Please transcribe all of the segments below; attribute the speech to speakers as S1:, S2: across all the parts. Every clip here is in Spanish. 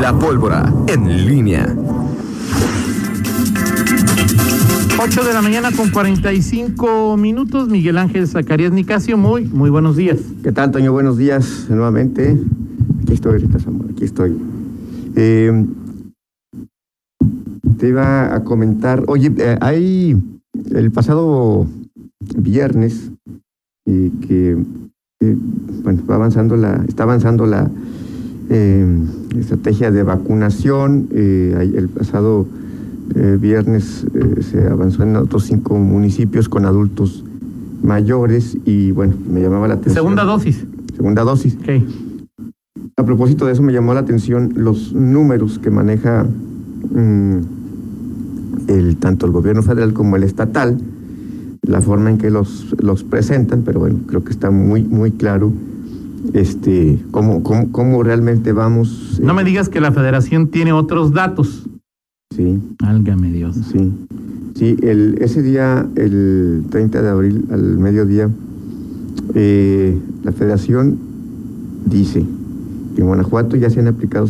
S1: La pólvora en línea.
S2: 8 de la mañana con 45 minutos. Miguel Ángel Zacarías Nicasio, muy, muy buenos días.
S3: ¿Qué tal, Toño? Buenos días nuevamente. Aquí estoy, Rita Zamora, aquí estoy. Eh, te iba a comentar, oye, eh, hay el pasado viernes eh, que, eh, bueno, va avanzando la, está avanzando la em, estrategia de vacunación. eh, el pasado eh, viernes eh, se avanzó en otros cinco municipios con adultos mayores y bueno, me llamaba la atención.
S2: Segunda dosis.
S3: Segunda dosis.
S2: Okay.
S3: A propósito de eso me llamó la atención los números que maneja mmm, el, tanto el gobierno federal como el estatal, la forma en que los, los presentan, pero bueno, creo que está muy, muy claro este cómo, cómo, cómo realmente vamos.
S2: Eh. No me digas que la federación tiene otros datos.
S3: Sí.
S2: Álgame Dios.
S3: Sí. Sí, el, ese día, el 30 de abril al mediodía, eh, la federación dice que en Guanajuato ya se han aplicado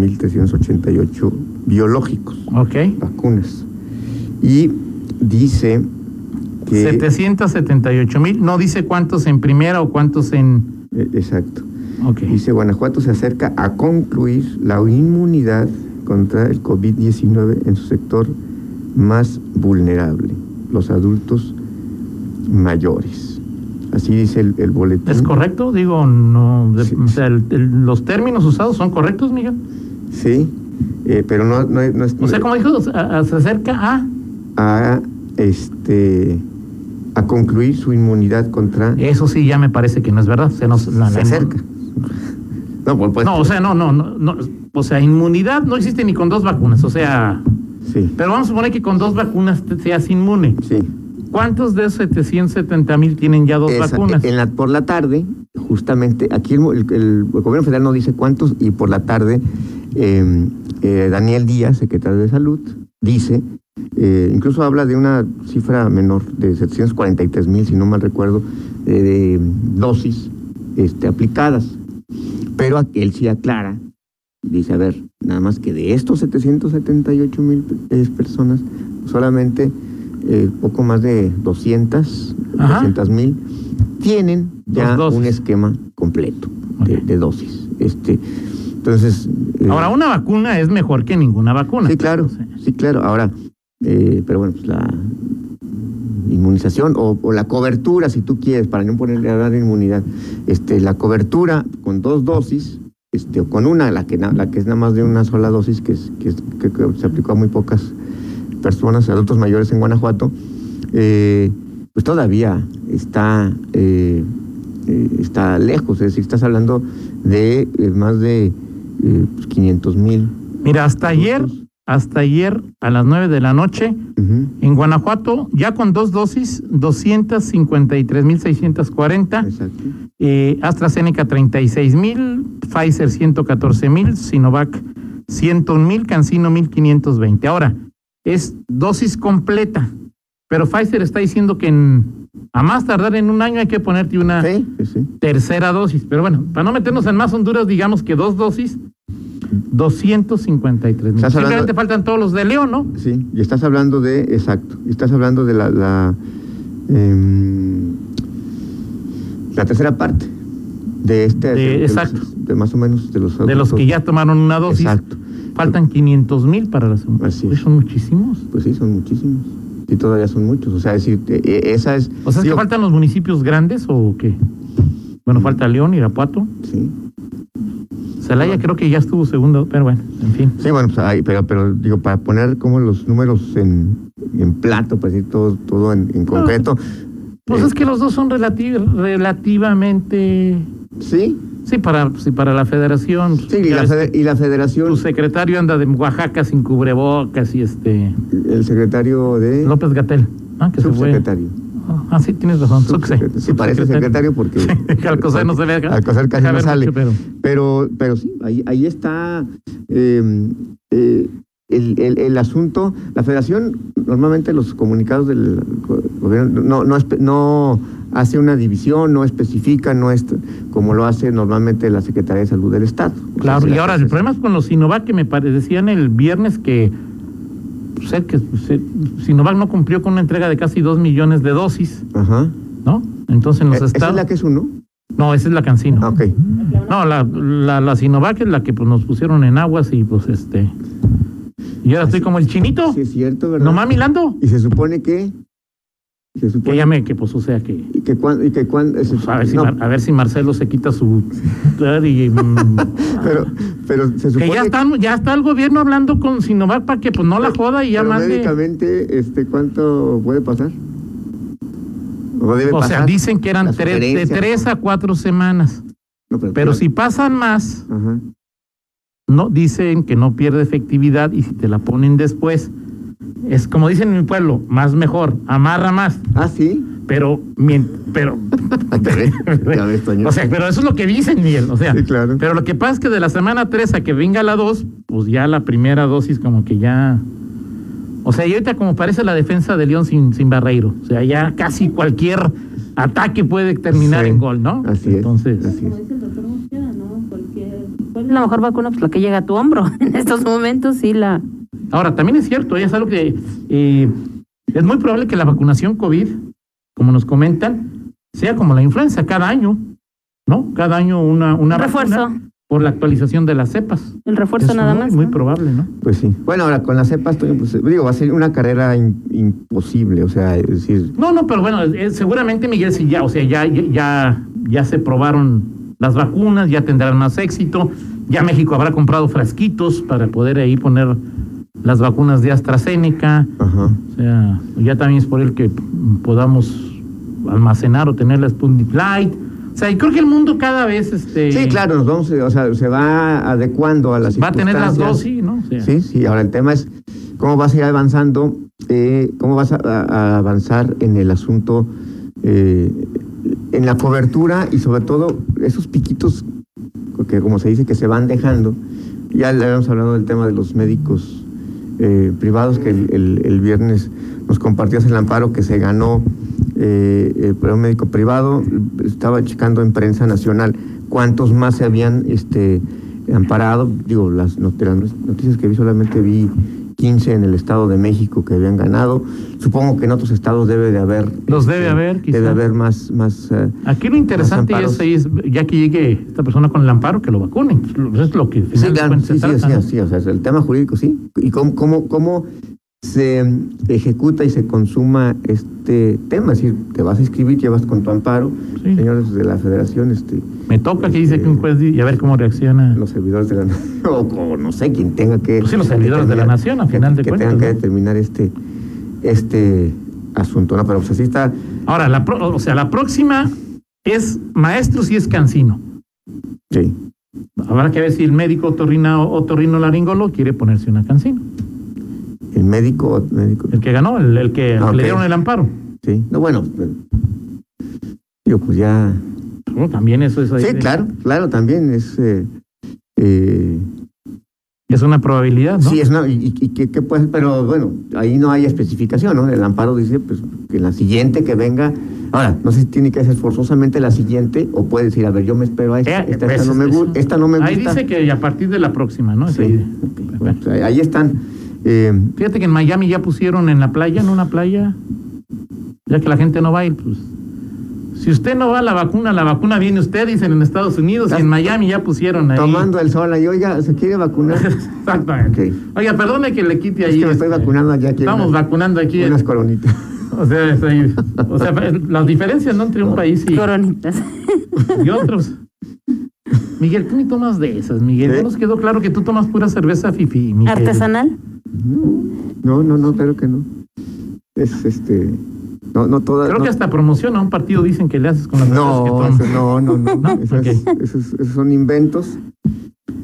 S3: 778.388 biológicos,
S2: okay.
S3: vacunas. Y dice que...
S2: 778.000, no dice cuántos en primera o cuántos en...
S3: Eh, exacto.
S2: Okay.
S3: Dice Guanajuato se acerca a concluir la inmunidad contra el COVID-19 en su sector más vulnerable, los adultos mayores. Así dice el, el boletín.
S2: ¿Es correcto? Digo, no. De, sí. o sea, el, el, los términos usados son correctos, Miguel.
S3: Sí, eh, pero no, no, no es.
S2: O sea, como dijo, a, a, se acerca a.
S3: A este a concluir su inmunidad contra.
S2: Eso sí, ya me parece que no es verdad. Se nos
S3: la, se acerca.
S2: No, pues, no, o sea, no, no, no, no, o sea, inmunidad no existe ni con dos vacunas, o sea,
S3: sí.
S2: Pero vamos a suponer que con dos vacunas te seas inmune.
S3: Sí.
S2: ¿Cuántos de esos 770 mil tienen ya dos Esa, vacunas?
S3: En la, por la tarde, justamente, aquí el, el, el, gobierno federal no dice cuántos, y por la tarde, eh, eh, Daniel Díaz, secretario de Salud, dice, eh, incluso habla de una cifra menor de 743 mil, si no mal recuerdo, eh, de dosis este, aplicadas. Pero él sí aclara, dice, a ver, nada más que de estos 778 mil personas, solamente eh, poco más de 200,
S2: Ajá.
S3: 200 mil, tienen ya un esquema completo de, de, dosis. Este, entonces...
S2: Eh, Ahora, una vacuna es mejor que ninguna vacuna.
S3: Sí, claro, sí, claro. Ahora, eh, pero bueno, pues la inmunización o, o, la cobertura, si tú quieres, para no ponerle a dar inmunidad, este, la cobertura con dos dosis, este, o con una, la que, la que es nada más de una sola dosis, que, es, que, es, que, que se aplicó a muy pocas personas, adultos mayores en Guanajuato, eh, pues todavía está, eh, eh, está lejos, es decir, estás hablando de eh, más de 500 mil.
S2: Mira, hasta ayer hasta ayer a las 9 de la noche
S3: uh -huh.
S2: en Guanajuato, ya con dos dosis, 253.640, eh, AstraZeneca 36.000, Pfizer 114.000, Sinovac 101.000, Cancino 1.520. Ahora, es dosis completa, pero Pfizer está diciendo que en, a más tardar en un año hay que ponerte una
S3: sí, sí.
S2: tercera dosis. Pero bueno, para no meternos en más Honduras, digamos que dos dosis. 253 mil. Simplemente faltan todos los de León, ¿no?
S3: Sí, y estás hablando de, exacto, y estás hablando de la, la, eh, la tercera parte de este.
S2: De,
S3: de,
S2: exacto.
S3: De, más o menos de los
S2: adultos. De los que ya tomaron una dosis.
S3: Exacto.
S2: Faltan 500 mil para la segunda.
S3: Así
S2: pues son muchísimos.
S3: Pues sí, son muchísimos. Y sí, todavía son muchos. O sea, es decir, e, esa es.
S2: O sea, es que o... faltan los municipios grandes o qué? Bueno, falta León, Irapuato.
S3: Sí.
S2: Celaya creo que ya estuvo segundo, pero bueno, en fin.
S3: Sí, bueno, pues ahí, pero, pero digo, para poner como los números en, en plato, para decir todo, todo en, en concreto.
S2: Bueno, pues eh, es que los dos son relativ, relativamente...
S3: Sí.
S2: Sí, para, sí, para la federación.
S3: Sí, y la, feder, y la, federación...
S2: Tu secretario anda de Oaxaca sin cubrebocas y este...
S3: El secretario de...
S2: López Gatel.
S3: Ah, que subsecretario.
S2: Se fue. Ah, sí, tienes razón. Subsecretario.
S3: Sí, parece secretario porque.
S2: Sí, Alcocer no se ve.
S3: Alcocer casi no sale. Mucho, pero. pero. Pero sí, ahí, ahí está. em, Eh, eh, el, el, el asunto, la federación normalmente los comunicados del gobierno no, no, espe- no hace una división, no especifica, no es como lo hace normalmente la Secretaría de Salud del Estado. O
S2: Claro,
S3: sea,
S2: y ahora el
S3: la-
S2: problema es con los Sinovac que me pare- decían el viernes que, pues, el que se- Sinovac no cumplió con una entrega de casi 2 millones de dosis,
S3: Ajá.
S2: ¿no? Entonces en los
S3: Eh, ¿Esa es
S2: estados...
S3: la que es uno?
S2: No, esa es la Cancino.
S3: Ah, ok.
S2: No, la, la, la Sinovac es la que pues, nos pusieron en aguas y pues este... Y ahora estoy como el chinito,
S3: Sí, es cierto, ¿verdad?
S2: nomás milando.
S3: Y se supone que. Se
S2: Que
S3: supone
S2: llame que pues o sea que...
S3: y que cuando. Y que cuando se-
S2: pues, a, ver si
S3: no,
S2: Mar- a ver si Marcelo se quita su... y, mm,
S3: pero, pero se supone
S2: que ya está, ya está el gobierno hablando con Sinovac para que pues no la joda y ya
S3: pero
S2: mande...
S3: médicamente, este, ¿cuánto puede pasar? O debe
S2: O sea,
S3: pasar.
S2: dicen que eran
S3: Las
S2: tres, de
S3: sugerencias,
S2: tres
S3: ¿no?
S2: a cuatro semanas.
S3: No,
S2: Pero si pasan más,
S3: Ajá.
S2: no dicen que no pierde efectividad y si te la ponen después, es como dicen en mi pueblo, más mejor, amarra más.
S3: Ah, sí.
S2: Pero, mien- pero,
S3: Ya ves, ya ves, Toño.
S2: o sea, pero eso es lo que dicen, Miguel. O sea,
S3: Sí, claro.
S2: pero lo que pasa es que de la semana tres a que venga la dos, pues ya la primera dosis como que ya. O sea, y ahorita como parece la defensa de León sin, sin Barreiro. O sea, ya casi cualquier ataque puede terminar
S3: Sí,
S2: en gol, ¿no?
S3: así es,
S2: Entonces,
S3: así
S4: Como dice el doctor Mosqueda, ¿no? Cualquier- ¿Cuál es la mejor vacuna? Pues la que llega a tu hombro. En estos momentos sí la...
S2: Ahora, también es cierto, ya es algo que eh, es muy probable que la vacunación COVID, como nos comentan, sea como la influenza, cada año, ¿no? Cada año una, una
S4: refuerzo.
S2: vacuna por la actualización de las cepas.
S4: El refuerzo
S2: Es
S4: nada
S2: muy,
S4: más.
S2: Muy
S4: ¿no?
S2: probable, ¿no?
S3: Pues sí. Bueno, ahora con las cepas, Toño, pues, digo, va a ser una carrera in- imposible. O sea, es decir,
S2: No, no, pero bueno, eh, seguramente Miguel, si ya, o sea, ya, ya- ya, ya se probaron las vacunas, ya tendrán más éxito, ya México habrá comprado frasquitos para poder ahí poner las vacunas de AstraZeneca,
S3: ajá.
S2: o sea, ya también es por el que mm, podamos almacenar o tener la Sputnik Light. O sea, y creo que el mundo cada vez este,
S3: Sí, claro, nos vamos, eh, o sea, se va adecuando a las
S2: va a tener las
S3: circunstancias.
S2: dosis, ¿no? O sea,
S3: Sí, sí. Ahora el tema es cómo vas a ir avanzando, eh, cómo vas a, a avanzar en el asunto, eh, en la cobertura y sobre todo esos piquitos que, como se dice, que se van dejando. Ya le habíamos hablado del tema de los médicos eh, privados que el, el- el viernes nos compartías el amparo que se ganó eh, eh, por un médico privado. Estaba checando en prensa nacional cuántos más se habían este, amparado. Digo, las, not- las noticias que vi solamente vi 15 en el Estado de México que habían ganado. Supongo que en otros estados debe de haber. este,
S2: Los debe haber, quizá.
S3: Debe haber más. más eh,
S2: Aquí lo interesante
S3: Los amparos.
S2: es, es, ya que llegue esta persona con el amparo, que lo vacunen. Eso es lo que al
S3: Sí,
S2: final de
S3: claro,
S2: cuentas se
S3: sí, sí,
S2: trata,
S3: sí,
S2: ¿no?
S3: sí, o sea, el tema jurídico, sí. ¿Y cómo, cómo, cómo se mm, ejecuta y se consuma este tema? Es decir, te vas a inscribir, llevas con tu amparo,
S2: Sí.
S3: señores de la federación, este,
S2: Me toca que dice que un juez di- y a ver cómo reacciona.
S3: los servidores de la nación, o, o no sé, quien tenga que...
S2: Pues sí, los servidores de la
S3: determinar-
S2: nación, a final de
S3: que
S2: cuentas,
S3: tengan que
S2: ¿no?
S3: determinar este, este asunto, ¿no? Pero pues así está...
S2: Ahora, la pro- o sea, la próxima es maestro si es cancino.
S3: Sí.
S2: Habrá que ver si el médico otorrino, otorrino laringolo quiere ponerse una cancino.
S3: El médico... médico
S2: El que ganó, el, el que, el
S3: Ah,
S2: que le
S3: ok.
S2: dieron el amparo.
S3: sí. No, bueno... eh, Digo, pues ya...
S2: Bueno, también eso es ahí
S3: Sí,
S2: de-
S3: claro, claro, también es... eh, eh,
S2: Es una probabilidad, ¿no?
S3: Sí, es una, y, y que, que pues, pero bueno, ahí no hay especificación, ¿no? El amparo dice pues que la siguiente que venga, ahora, no sé si tiene que ser forzosamente la siguiente, o puede decir, a ver, yo me espero a esta,
S2: Eh,
S3: esta,
S2: pues,
S3: esta no me
S2: es-
S3: gusta, esta no me gusta.
S2: Ahí dice que a partir de la próxima, ¿no? Es
S3: Sí,
S2: ahí de-
S3: ok,
S2: Bueno.
S3: bueno, pues, ahí- ahí están. eh,
S2: Fíjate que en Miami ya pusieron en la playa, en una playa, ya que la gente no va a ir, pues. Si usted no va a la vacuna, la vacuna viene usted, dicen en Estados Unidos, y en Miami ya pusieron ahí.
S3: tomando el sol ahí, oiga, ¿se quiere vacunar?
S2: Exactamente.
S3: Ok.
S2: Oiga, perdone que le quite
S3: Es
S2: ahí.
S3: que me estoy
S2: este,
S3: vacunando aquí. aquí
S2: Estamos
S3: unas-
S2: vacunando aquí.
S3: Unas coronitas.
S2: O sea, es ahí. O sea, pues, las diferencias ¿no? entre un país y,
S4: Coronitas.
S2: y otros. Miguel, tú ni tomas de esas, Miguel.
S3: ¿Sí?
S2: Ya nos quedó claro que tú tomas pura cerveza fifi, Miguel.
S4: Artesanal.
S3: No, no, no, claro que no. Es este. No, no todas.
S2: Creo
S3: no-
S2: que hasta promoción a un partido dicen que le haces con las cervezas que
S3: No,
S2: tomas.
S3: eso no, no, no.
S2: ¿No?
S3: Eso es-
S2: Ah, Ok.
S3: eso es- esos son inventos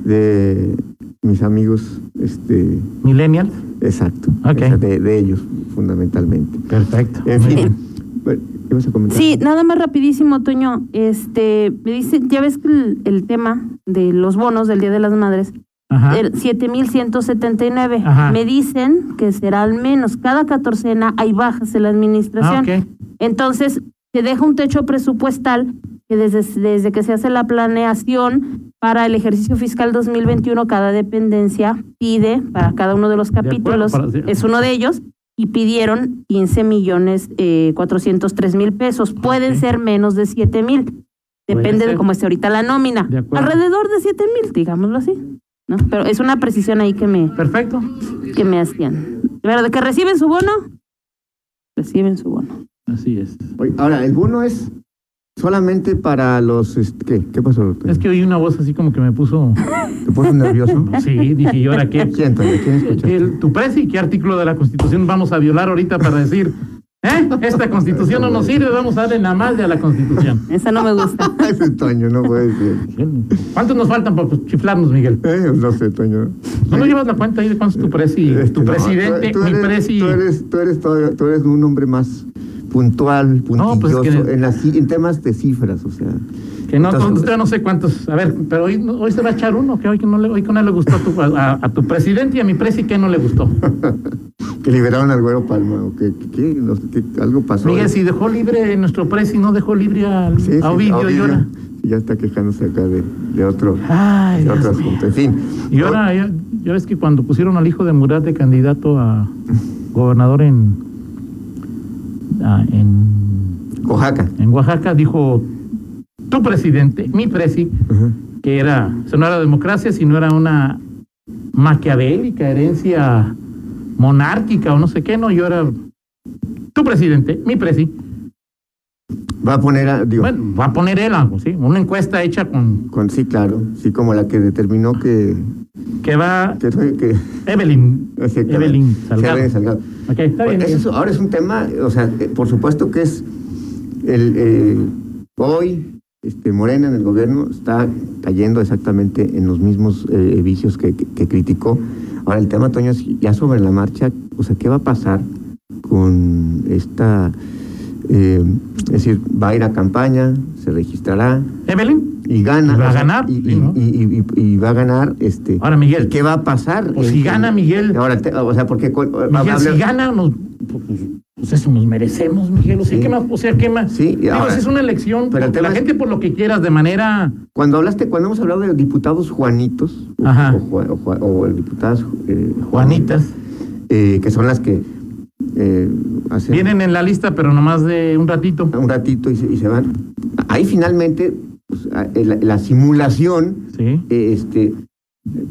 S3: de mis amigos, este,
S2: Millennial.
S3: exacto.
S2: Ok.
S3: O sea, de, de ellos, fundamentalmente.
S2: Perfecto.
S3: En
S2: Muy
S3: fin,
S2: bien.
S3: bueno, ¿qué vas a comentar?
S4: Sí, nada más rapidísimo, Toño. Este, me dice, ya ves que el, el tema de los bonos del Día de las Madres
S2: Ajá.
S4: eh, 7.179.
S2: Ajá.
S4: Me dicen que será al menos cada catorcena hay bajas en la administración.
S2: Ah, ok.
S4: Entonces, se deja un techo presupuestal que desde, desde que se hace la planeación para el ejercicio fiscal 2021, cada dependencia pide para cada uno de los
S2: acuerdo,
S4: capítulos,
S2: para- sí.
S4: es uno de ellos, y pidieron 15 millones eh, 403 mil pesos. Pueden
S2: Ah, Ok.
S4: ser menos de 7 mil.
S2: Puede
S4: Depende de
S2: ser.
S4: cómo esté ahorita la nómina.
S2: De acuerdo.
S4: Alrededor de 7 mil, digámoslo así. ¿no? Pero es una precisión ahí que me,
S2: Perfecto.
S4: que me hacían. Pero de que reciben su bono, reciben su bono.
S2: Así es.
S3: Oye, ahora, el bono es solamente para los. este, ¿Qué, ¿Qué pasó? Lupita?
S2: Es que oí una voz así como que me puso.
S3: ¿Te puso nervioso?
S2: Sí, dije, ¿y ahora qué?
S3: ¿Quién, Toño? ¿Quién escuchaste?
S2: El- ¿Tu presi? ¿Qué artículo de la Constitución vamos a violar ahorita para decir, ¿eh? Esta Constitución no nos sirve, vamos a darle nada más de a la Constitución?
S4: Esa no me gusta.
S3: Ese Toño, no puede ser.
S2: ¿Cuántos nos faltan para chiflarnos, Miguel?
S3: Eh, no sé, Toño.
S2: ¿No nos llevas la cuenta ahí de cuántos tu presi?
S3: Este,
S2: Tu
S3: no,
S2: presidente,
S3: tú- tú
S2: mi
S3: eres-
S2: presi.
S3: Tú eres, tú, eres todavía- tú eres un hombre más puntual, puntilloso,
S2: No, pues es que-
S3: en, las ci- en temas de cifras, o sea.
S2: Que no,
S3: Entonces-
S2: no, todavía no sé cuántos. A ver, pero hoy, no- hoy se va a echar uno, que hoy que no le, hoy que no le gustó a tu, a- a tu presidente y a mi presi que no le gustó.
S3: Que liberaron al Güero Palma, o que, que- que- no sé, que algo pasó.
S2: Miguel, si dejó libre nuestro presi, no dejó libre al,
S3: Sí, sí,
S2: a Ovidio, y ahora.
S3: Sí, ya está quejándose acá de, de otro,
S2: Ay,
S3: de
S2: Dios
S3: otro
S2: mío.
S3: asunto. En fin.
S2: Y ahora, ya, ya ves que cuando pusieron al hijo de Murat de candidato a gobernador en, a- en,
S3: Oaxaca.
S2: en Oaxaca, dijo tu presidente, mi presi,
S3: Ajá.
S2: que era, o sea, no era democracia, sino era una maquiavélica herencia monárquica o no sé qué, no, yo era tu presidente, mi presi.
S3: Va a poner, a, digo,
S2: Bueno, va a poner él algo, ¿sí? Una encuesta hecha con
S3: con sí, claro, sí, como la que determinó que.
S2: que va
S3: que, que-
S2: Evelyn.
S3: exactamente.
S2: Evelyn
S3: Sí,
S2: Salgado.
S3: Evelyn Salgado.
S2: Ok, está bien.
S3: Pues Eso es- ahora es un tema, o sea, eh, por supuesto que es el eh, hoy este, Morena en el gobierno está cayendo exactamente en los mismos eh, vicios que, que- que criticó. Ahora el tema, Toño, es ya sobre la marcha, o sea, ¿qué va a pasar con esta? eh, es decir, va a ir a campaña, se registrará
S2: Evelyn.
S3: y gana.
S2: Y va a
S3: o sea,
S2: ganar,
S3: Y,
S2: sí,
S3: y-
S2: ¿no?
S3: y- y- y va a ganar este.
S2: Ahora, Miguel.
S3: ¿y ¿Qué va a pasar?
S2: Pues, si
S3: En-
S2: gana
S3: en-
S2: Miguel.
S3: Ahora, te- o sea, porque. con-
S2: Miguel,
S3: hable-
S2: si gana, nos, pues, pues eso nos merecemos, Miguel. O sea,
S3: Sí.
S2: ¿qué más? O sea, ¿qué más?
S3: Sí, y
S2: Digo,
S3: ahora-
S2: si es una elección,
S3: pero
S2: la
S3: el tema es-
S2: gente por lo que quieras, de manera...
S3: Cuando hablaste, cuando hemos hablado de los diputados Juanitos, o,
S2: Ajá.
S3: o Ju- o Ju- o diputadas eh,
S2: Juanitas.
S3: eh, que son las que eh, hacen
S2: Vienen en la lista, pero nomás de un ratito.
S3: un ratito y se, y se van. Ahí finalmente pues, a- eh, la, la simulación,
S2: Sí.
S3: eh, este, eh,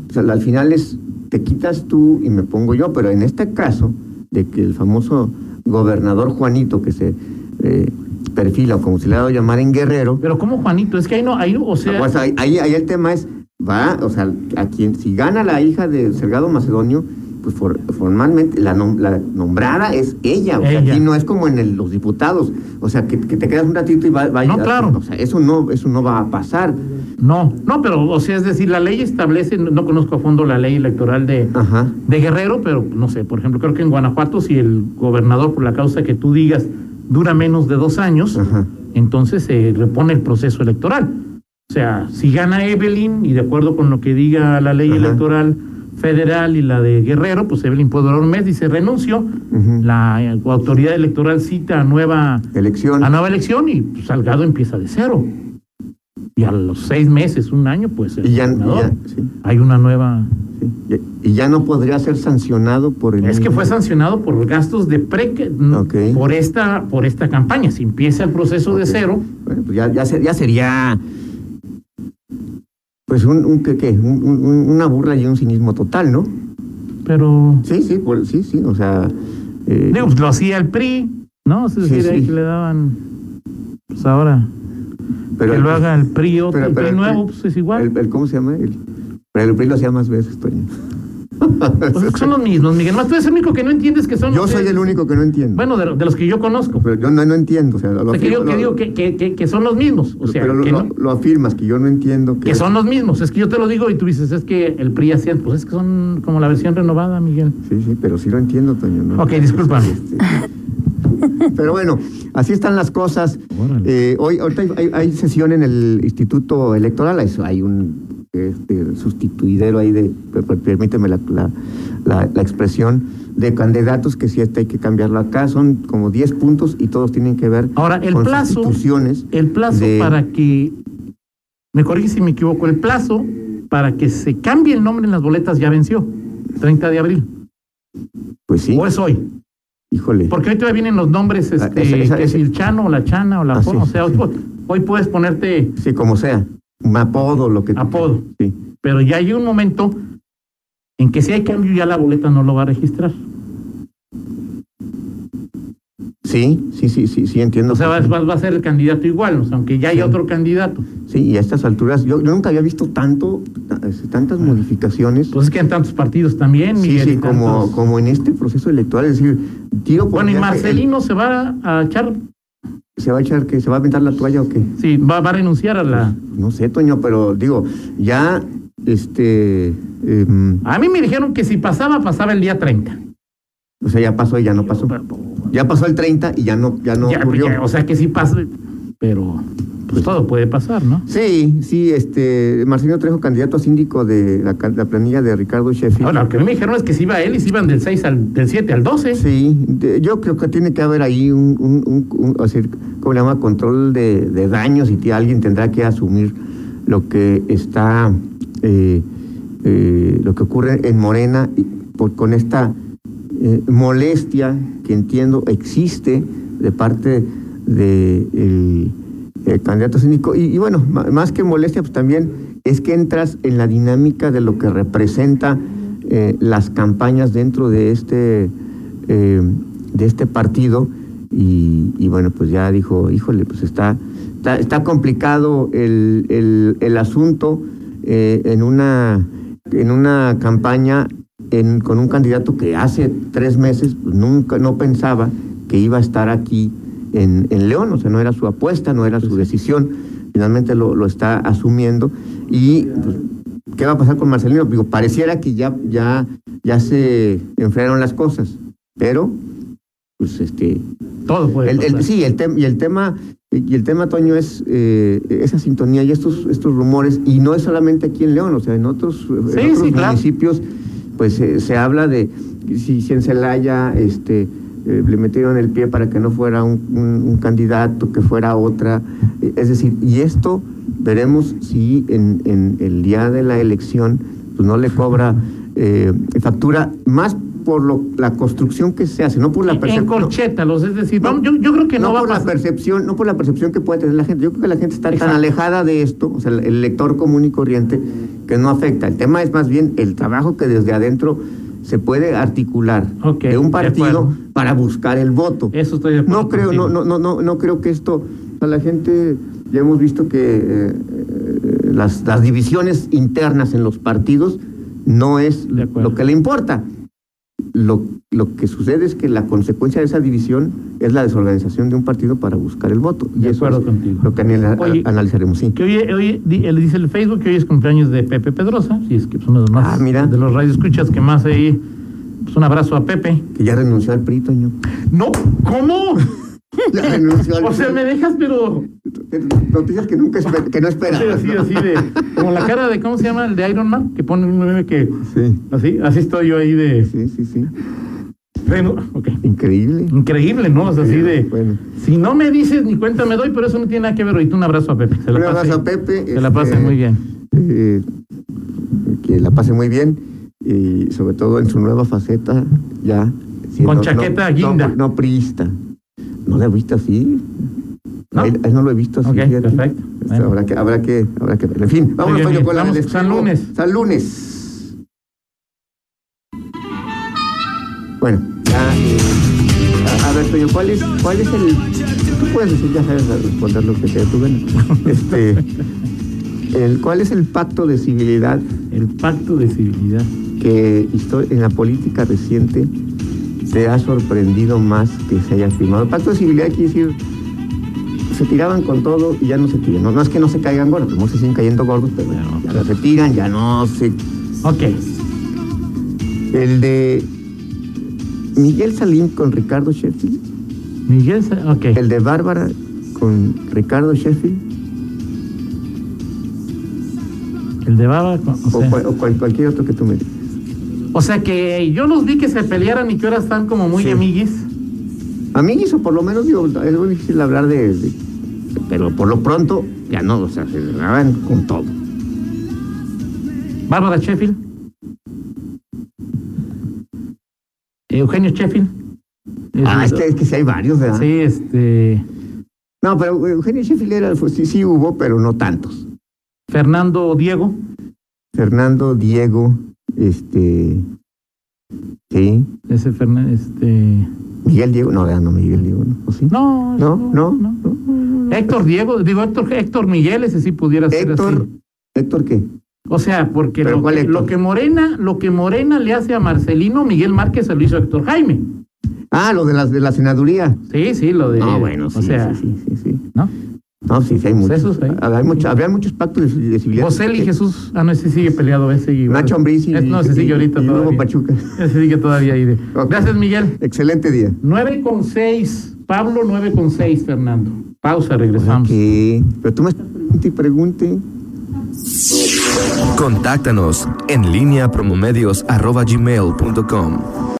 S3: o sea, al final es te quitas tú y me pongo yo, pero en este caso de que el famoso gobernador Juanito que se eh, perfila, o como se le ha dado a llamar en Guerrero,
S2: Pero ¿cómo, Juanito? Es que ahí no, ahí, o sea...
S3: O sea, ahí, ahí el tema es, va, o sea, a quien, si gana la hija de Sergado Macedonio, pues for- formalmente la, nom- la nombrada es ella, o sea,
S2: Ella.
S3: aquí no es como en el- los diputados, o sea, que, que te quedas un ratito y va, va
S2: No,
S3: a-
S2: claro.
S3: O sea, eso no, eso no va a pasar.
S2: No, no, pero, o sea, es decir, la ley establece, no, no conozco a fondo la ley electoral de,
S3: Ajá.
S2: de Guerrero, pero no sé, por ejemplo, creo que en Guanajuato, si el gobernador, por la causa que tú digas, dura menos de dos años,
S3: Ajá.
S2: entonces se repone el proceso electoral. O sea, si gana Evelyn, y de acuerdo con lo que diga la ley
S3: Ajá.
S2: electoral federal y la de Guerrero, pues Evelyn puede durar un mes, dice renuncio,
S3: Ujú.
S2: la eh, autoridad electoral cita a nueva,
S3: Elección.
S2: a nueva elección y pues, Salgado empieza de cero. Y a los seis meses, un año, pues el
S3: y ya, y
S2: gobernador,
S3: ya, sí,
S2: hay una nueva...
S3: sí. Y- y ya no podría ser sancionado por el.
S2: Es que
S3: mismo-
S2: fue sancionado por gastos de pre
S3: Ok.
S2: por esta por esta campaña. Si empieza el proceso de
S3: Ok.
S2: cero,
S3: Bueno, pues ya, ya, se- ya sería. Pues un, un, ¿qué, qué? Un- un- un- una burla y un cinismo total, ¿no?
S2: pero
S3: Sí, sí, por- sí, sí, o sea. eh,
S2: Digo, pues lo hacía el PRI, ¿no? Es
S3: Sí,
S2: decir, ahí
S3: sí.
S2: que le daban. Pues ahora,
S3: pero
S2: que lo haga el PRI, otro,
S3: pero-
S2: el
S3: pero
S2: PRI
S3: el
S2: nuevo,
S3: PRI-
S2: pues es igual.
S3: el- el- ¿Cómo se llama? El, pero el PRI lo hacía más veces, Toño.
S2: Pues es que son los mismos, Miguel. Más tú eres el único que no entiendes que son.
S3: yo soy
S2: ustedes.
S3: el único que no entiendo.
S2: Bueno, de, de los que yo conozco.
S3: pero yo no, no entiendo. O sea, lo
S2: O sea, que digo,
S3: afirmo,
S2: que,
S3: lo-
S2: digo que, que, que- que son los mismos. O sea,
S3: pero lo,
S2: que,
S3: lo-
S2: no-
S3: lo afirmas, que yo no entiendo. Que,
S2: que son los mismos. Es que yo te lo digo y tú dices, es que el PRI hacía. Pues es que son como la versión renovada, Miguel.
S3: Sí, sí, pero sí lo entiendo, Toño. ¿no?
S2: Ok, discúlpame.
S3: Este, Pero bueno, así están las cosas.
S2: Órale.
S3: Eh, hoy ahorita hay, hay- hay sesión en el Instituto Electoral, hay, hay un este, sustituidero ahí de, per- per- permíteme la, la- la- la expresión, de candidatos que sí este hay que cambiarlo acá. Son como 10 puntos y todos tienen que ver
S2: Ahora, el
S3: con
S2: plazo-
S3: sustituciones.
S2: El plazo
S3: de-
S2: para que, me corrige si me equivoco, el plazo para que se cambie el nombre en las boletas ya venció, 30 de abril,
S3: Pues sí,
S2: o es hoy,
S3: híjole.
S2: porque hoy todavía vienen los nombres,
S3: Ah,
S2: este,
S3: esa- esa-
S2: que si
S3: esa-
S2: el chano o la chana o la
S3: Ah,
S2: po-
S3: sí,
S2: o sea, hoy,
S3: sí.
S2: pu- hoy puedes ponerte
S3: Sí, como sea. Un apodo, lo que.
S2: apodo,
S3: Sí.
S2: pero ya hay un momento en que si hay cambio ya la boleta no lo va a registrar,
S3: Sí, sí, sí, sí, sí, entiendo.
S2: o sea, va,
S3: Sí.
S2: va- va a ser el candidato igual, o sea, aunque ya hay
S3: Sí.
S2: otro candidato,
S3: Sí, y a estas alturas, yo, yo nunca había visto tanto, ta- este, tantas modificaciones.
S2: entonces quedan tantos partidos también,
S3: sí,
S2: Miguel, y
S3: sí, como,
S2: tantos-
S3: como en este proceso electoral, es decir, tiro por
S2: Bueno, y
S3: viaje,
S2: Marcelino se va a echar
S3: el- ¿Se va a echar que se va a aventar la toalla o qué?
S2: Sí, va, va a renunciar a la.
S3: No sé, Toño, pero digo, ya, este, em,
S2: A mí me dijeron que si pasaba, pasaba el día 30.
S3: o sea, ya pasó y ya no pasó. Ya pasó el 30 y ya no, ya no
S2: Ya,
S3: ocurrió.
S2: ya, o sea que sí pasa, pero pues todo puede pasar, ¿no?
S3: Sí, sí, este, Marcelino Trejo, candidato a síndico de la, ca- la planilla de Ricardo Sheffield.
S2: Ahora, lo que a mí me dijeron es que si iba él y si iban del 6 al, del 7 al 12.
S3: Sí, de- yo creo que tiene que haber ahí un, un, un- un- o sea, ¿cómo le llama? Control de, de daños y que alguien tendrá que asumir lo que está, eh, eh, lo que ocurre en Morena y por- con esta eh, molestia que entiendo existe de parte de el, el eh, candidato síndico. Y, y bueno, ma- más que molestia, pues también es que entras en la dinámica de lo que representa eh, las campañas dentro de este, eh, de este partido. Y, y bueno, pues ya dijo, híjole, pues está, está, está complicado el, el- el asunto eh, en, una, en una campaña en- con un candidato que hace tres meses pues, nunca no pensaba que iba a estar aquí en, en León, o sea, no era su apuesta, no era su decisión, finalmente lo, lo está asumiendo y pues, ¿qué va a pasar con Marcelino? Digo, pareciera que ya, ya, ya se enfriaron las cosas, pero pues este
S2: Todo puede
S3: el- el-
S2: pasar.
S3: sí, el tem- y el tema, y el tema, Toño, es eh, esa sintonía y estos, estos rumores, y no es solamente aquí en León, o sea, en otros, eh, en
S2: Sí,
S3: otros
S2: sí, claro.
S3: municipios, pues eh, se habla de si, si en Celaya este, eh, le metieron el pie para que no fuera un, un- un candidato, que fuera otra. eh, Es decir, y esto veremos si en, en el día de la elección pues no le cobra eh, factura más por lo, la construcción que se hace, no por la
S2: en
S3: percepción.
S2: corchétalos, es decir,
S3: No,
S2: vamos, yo, yo creo que no, va a
S3: por la
S2: pasar.
S3: percepción, no por la percepción que puede tener la gente. Yo creo que la gente está
S2: Exacto.
S3: tan alejada de esto, o sea, el- el lector común y corriente, que no afecta. El tema es más bien el trabajo que desde adentro se puede articular
S2: Ok,
S3: de
S2: de
S3: un partido
S2: acuerdo.
S3: para buscar el voto.
S2: Eso estoy de acuerdo.
S3: No creo, no,
S2: contigo.
S3: no, no, no, no creo que esto. o sea, la gente, ya hemos visto que eh, eh, las, las divisiones internas en los partidos no es
S2: De acuerdo.
S3: lo que le importa. Lo, lo que sucede es que la consecuencia de esa división es la desorganización de un partido para buscar el voto. Y
S2: De
S3: eso
S2: acuerdo
S3: es
S2: contigo.
S3: lo que anal-
S2: Oye.
S3: analizaremos, sí.
S2: Que hoy, hoy di- él dice el Facebook que hoy es cumpleaños de Pepe Pedrosa, si es que es uno de los más
S3: Ah, mira.
S2: de los radioescuchas que más ahí. Pues un abrazo a Pepe.
S3: Que ya renunció al PRI, Toño.
S2: No, ¿cómo?
S3: Ya renunció al
S2: o sea, me dejas, pero
S3: Noticias que nunca esper- que no esperaba.
S2: Sí, así, así de. Como la cara de, ¿cómo se llama? El de Iron Man, que pone un meme que.
S3: Sí,
S2: Así, así estoy yo ahí de.
S3: sí, sí, sí.
S2: Reno- ok.
S3: Increíble.
S2: Increíble, ¿no? O sea, así de.
S3: Bueno.
S2: Si no me dices ni cuenta me doy, pero eso no tiene nada que ver. Ahorita un abrazo a Pepe. Se la
S3: Un
S2: pase-
S3: abrazo a Pepe.
S2: Se la pase
S3: este,
S2: muy bien.
S3: eh, que la pase muy bien y sobre todo en su nueva faceta ya
S2: Con chaqueta guinda.
S3: no, no priista no la he visto así
S2: ¿No?
S3: Ahí- ahí ¿No? lo he visto así
S2: Ok,
S3: fíjate.
S2: perfecto.
S3: Esto
S2: Bueno.
S3: habrá que habrá que habrá que ver en fin vamos
S2: bien, bien.
S3: con la
S2: Vamos,
S3: del
S2: San
S3: extremo.
S2: Lunes.
S3: San lunes bueno ya eh, a, a ver Toño cuál es cuál es el tú puedes decir ya sabes responder lo que te dé tu gana. este el cuál es el pacto de civilidad
S2: El pacto de civilidad.
S3: que histo- en la política reciente te ha sorprendido más que se haya firmado. Pacto de civilidad quiere decir, se tiraban con todo y ya no se tiran. No, no es que no se caigan gordos, no se siguen cayendo gordos, pero ya, ya no se tiran, ya no se...
S2: Ok.
S3: El de Miguel Salín con Ricardo Sheffield,
S2: Miguel, Sa- ok.
S3: el de Bárbara con Ricardo Sheffield,
S2: el de Baba. O
S3: O,
S2: sea,
S3: cual- o cual- cualquier otro que tú me digas.
S2: o sea que yo los vi que se pelearan y que ahora están como muy
S3: Sí.
S2: amiguis.
S3: A mí eso, por lo menos, digo, es muy difícil hablar de, de- Pero por lo pronto, ya no, o sea, se ganaban con todo.
S2: Bárbara Sheffield. Eugenio Sheffield.
S3: Ah, es que, es que sí hay varios, ¿verdad?
S2: Sí, este.
S3: No, pero Eugenio Sheffield era, fue- sí, sí hubo, pero no tantos.
S2: Fernando Diego.
S3: Fernando, Diego, este. Sí.
S2: Ese Fernando, este.
S3: Miguel Diego, no, ¿verdad? no, Miguel Diego, ¿no? ¿O sí?
S2: No,
S3: No, no, no,
S2: Héctor Diego, digo Héctor, Héctor Miguel, ese sí pudiera ser
S3: Héctor,
S2: así.
S3: ¿Héctor qué?
S2: O sea, porque
S3: ¿Pero
S2: lo
S3: cuál
S2: que,
S3: Héctor?
S2: lo que Morena, lo que Morena le hace a Marcelino, Miguel Márquez se lo hizo a Héctor Jaime.
S3: Ah, lo de la, de la senaduría.
S2: Sí, sí, lo de.
S3: No, Ah, bueno, sí,
S2: o sea,
S3: sí, sí, sí, sí.
S2: ¿no?
S3: No, sí, sí hay muchos.
S2: esos hay.
S3: Había, mucho- había muchos pactos de, de civilidad.
S2: José y Jesús. Ah, no, ese sigue peleado ese. Y,
S3: Eh, Nacho Ambriz y,
S2: Es- no, ese
S3: y-
S2: sigue ahorita
S3: y Hugo
S2: todavía.
S3: Pachuca.
S2: Ese sigue todavía ahí. de-
S3: Ok.
S2: Gracias, Miguel.
S3: Excelente día.
S2: 9 con 6. Pablo, 9 con 6, Fernando. Pausa, regresamos.
S3: Ok, Pero tú me estás pregunte y pregunte.
S1: Contáctanos en línea promomedios arroba gmail punto com.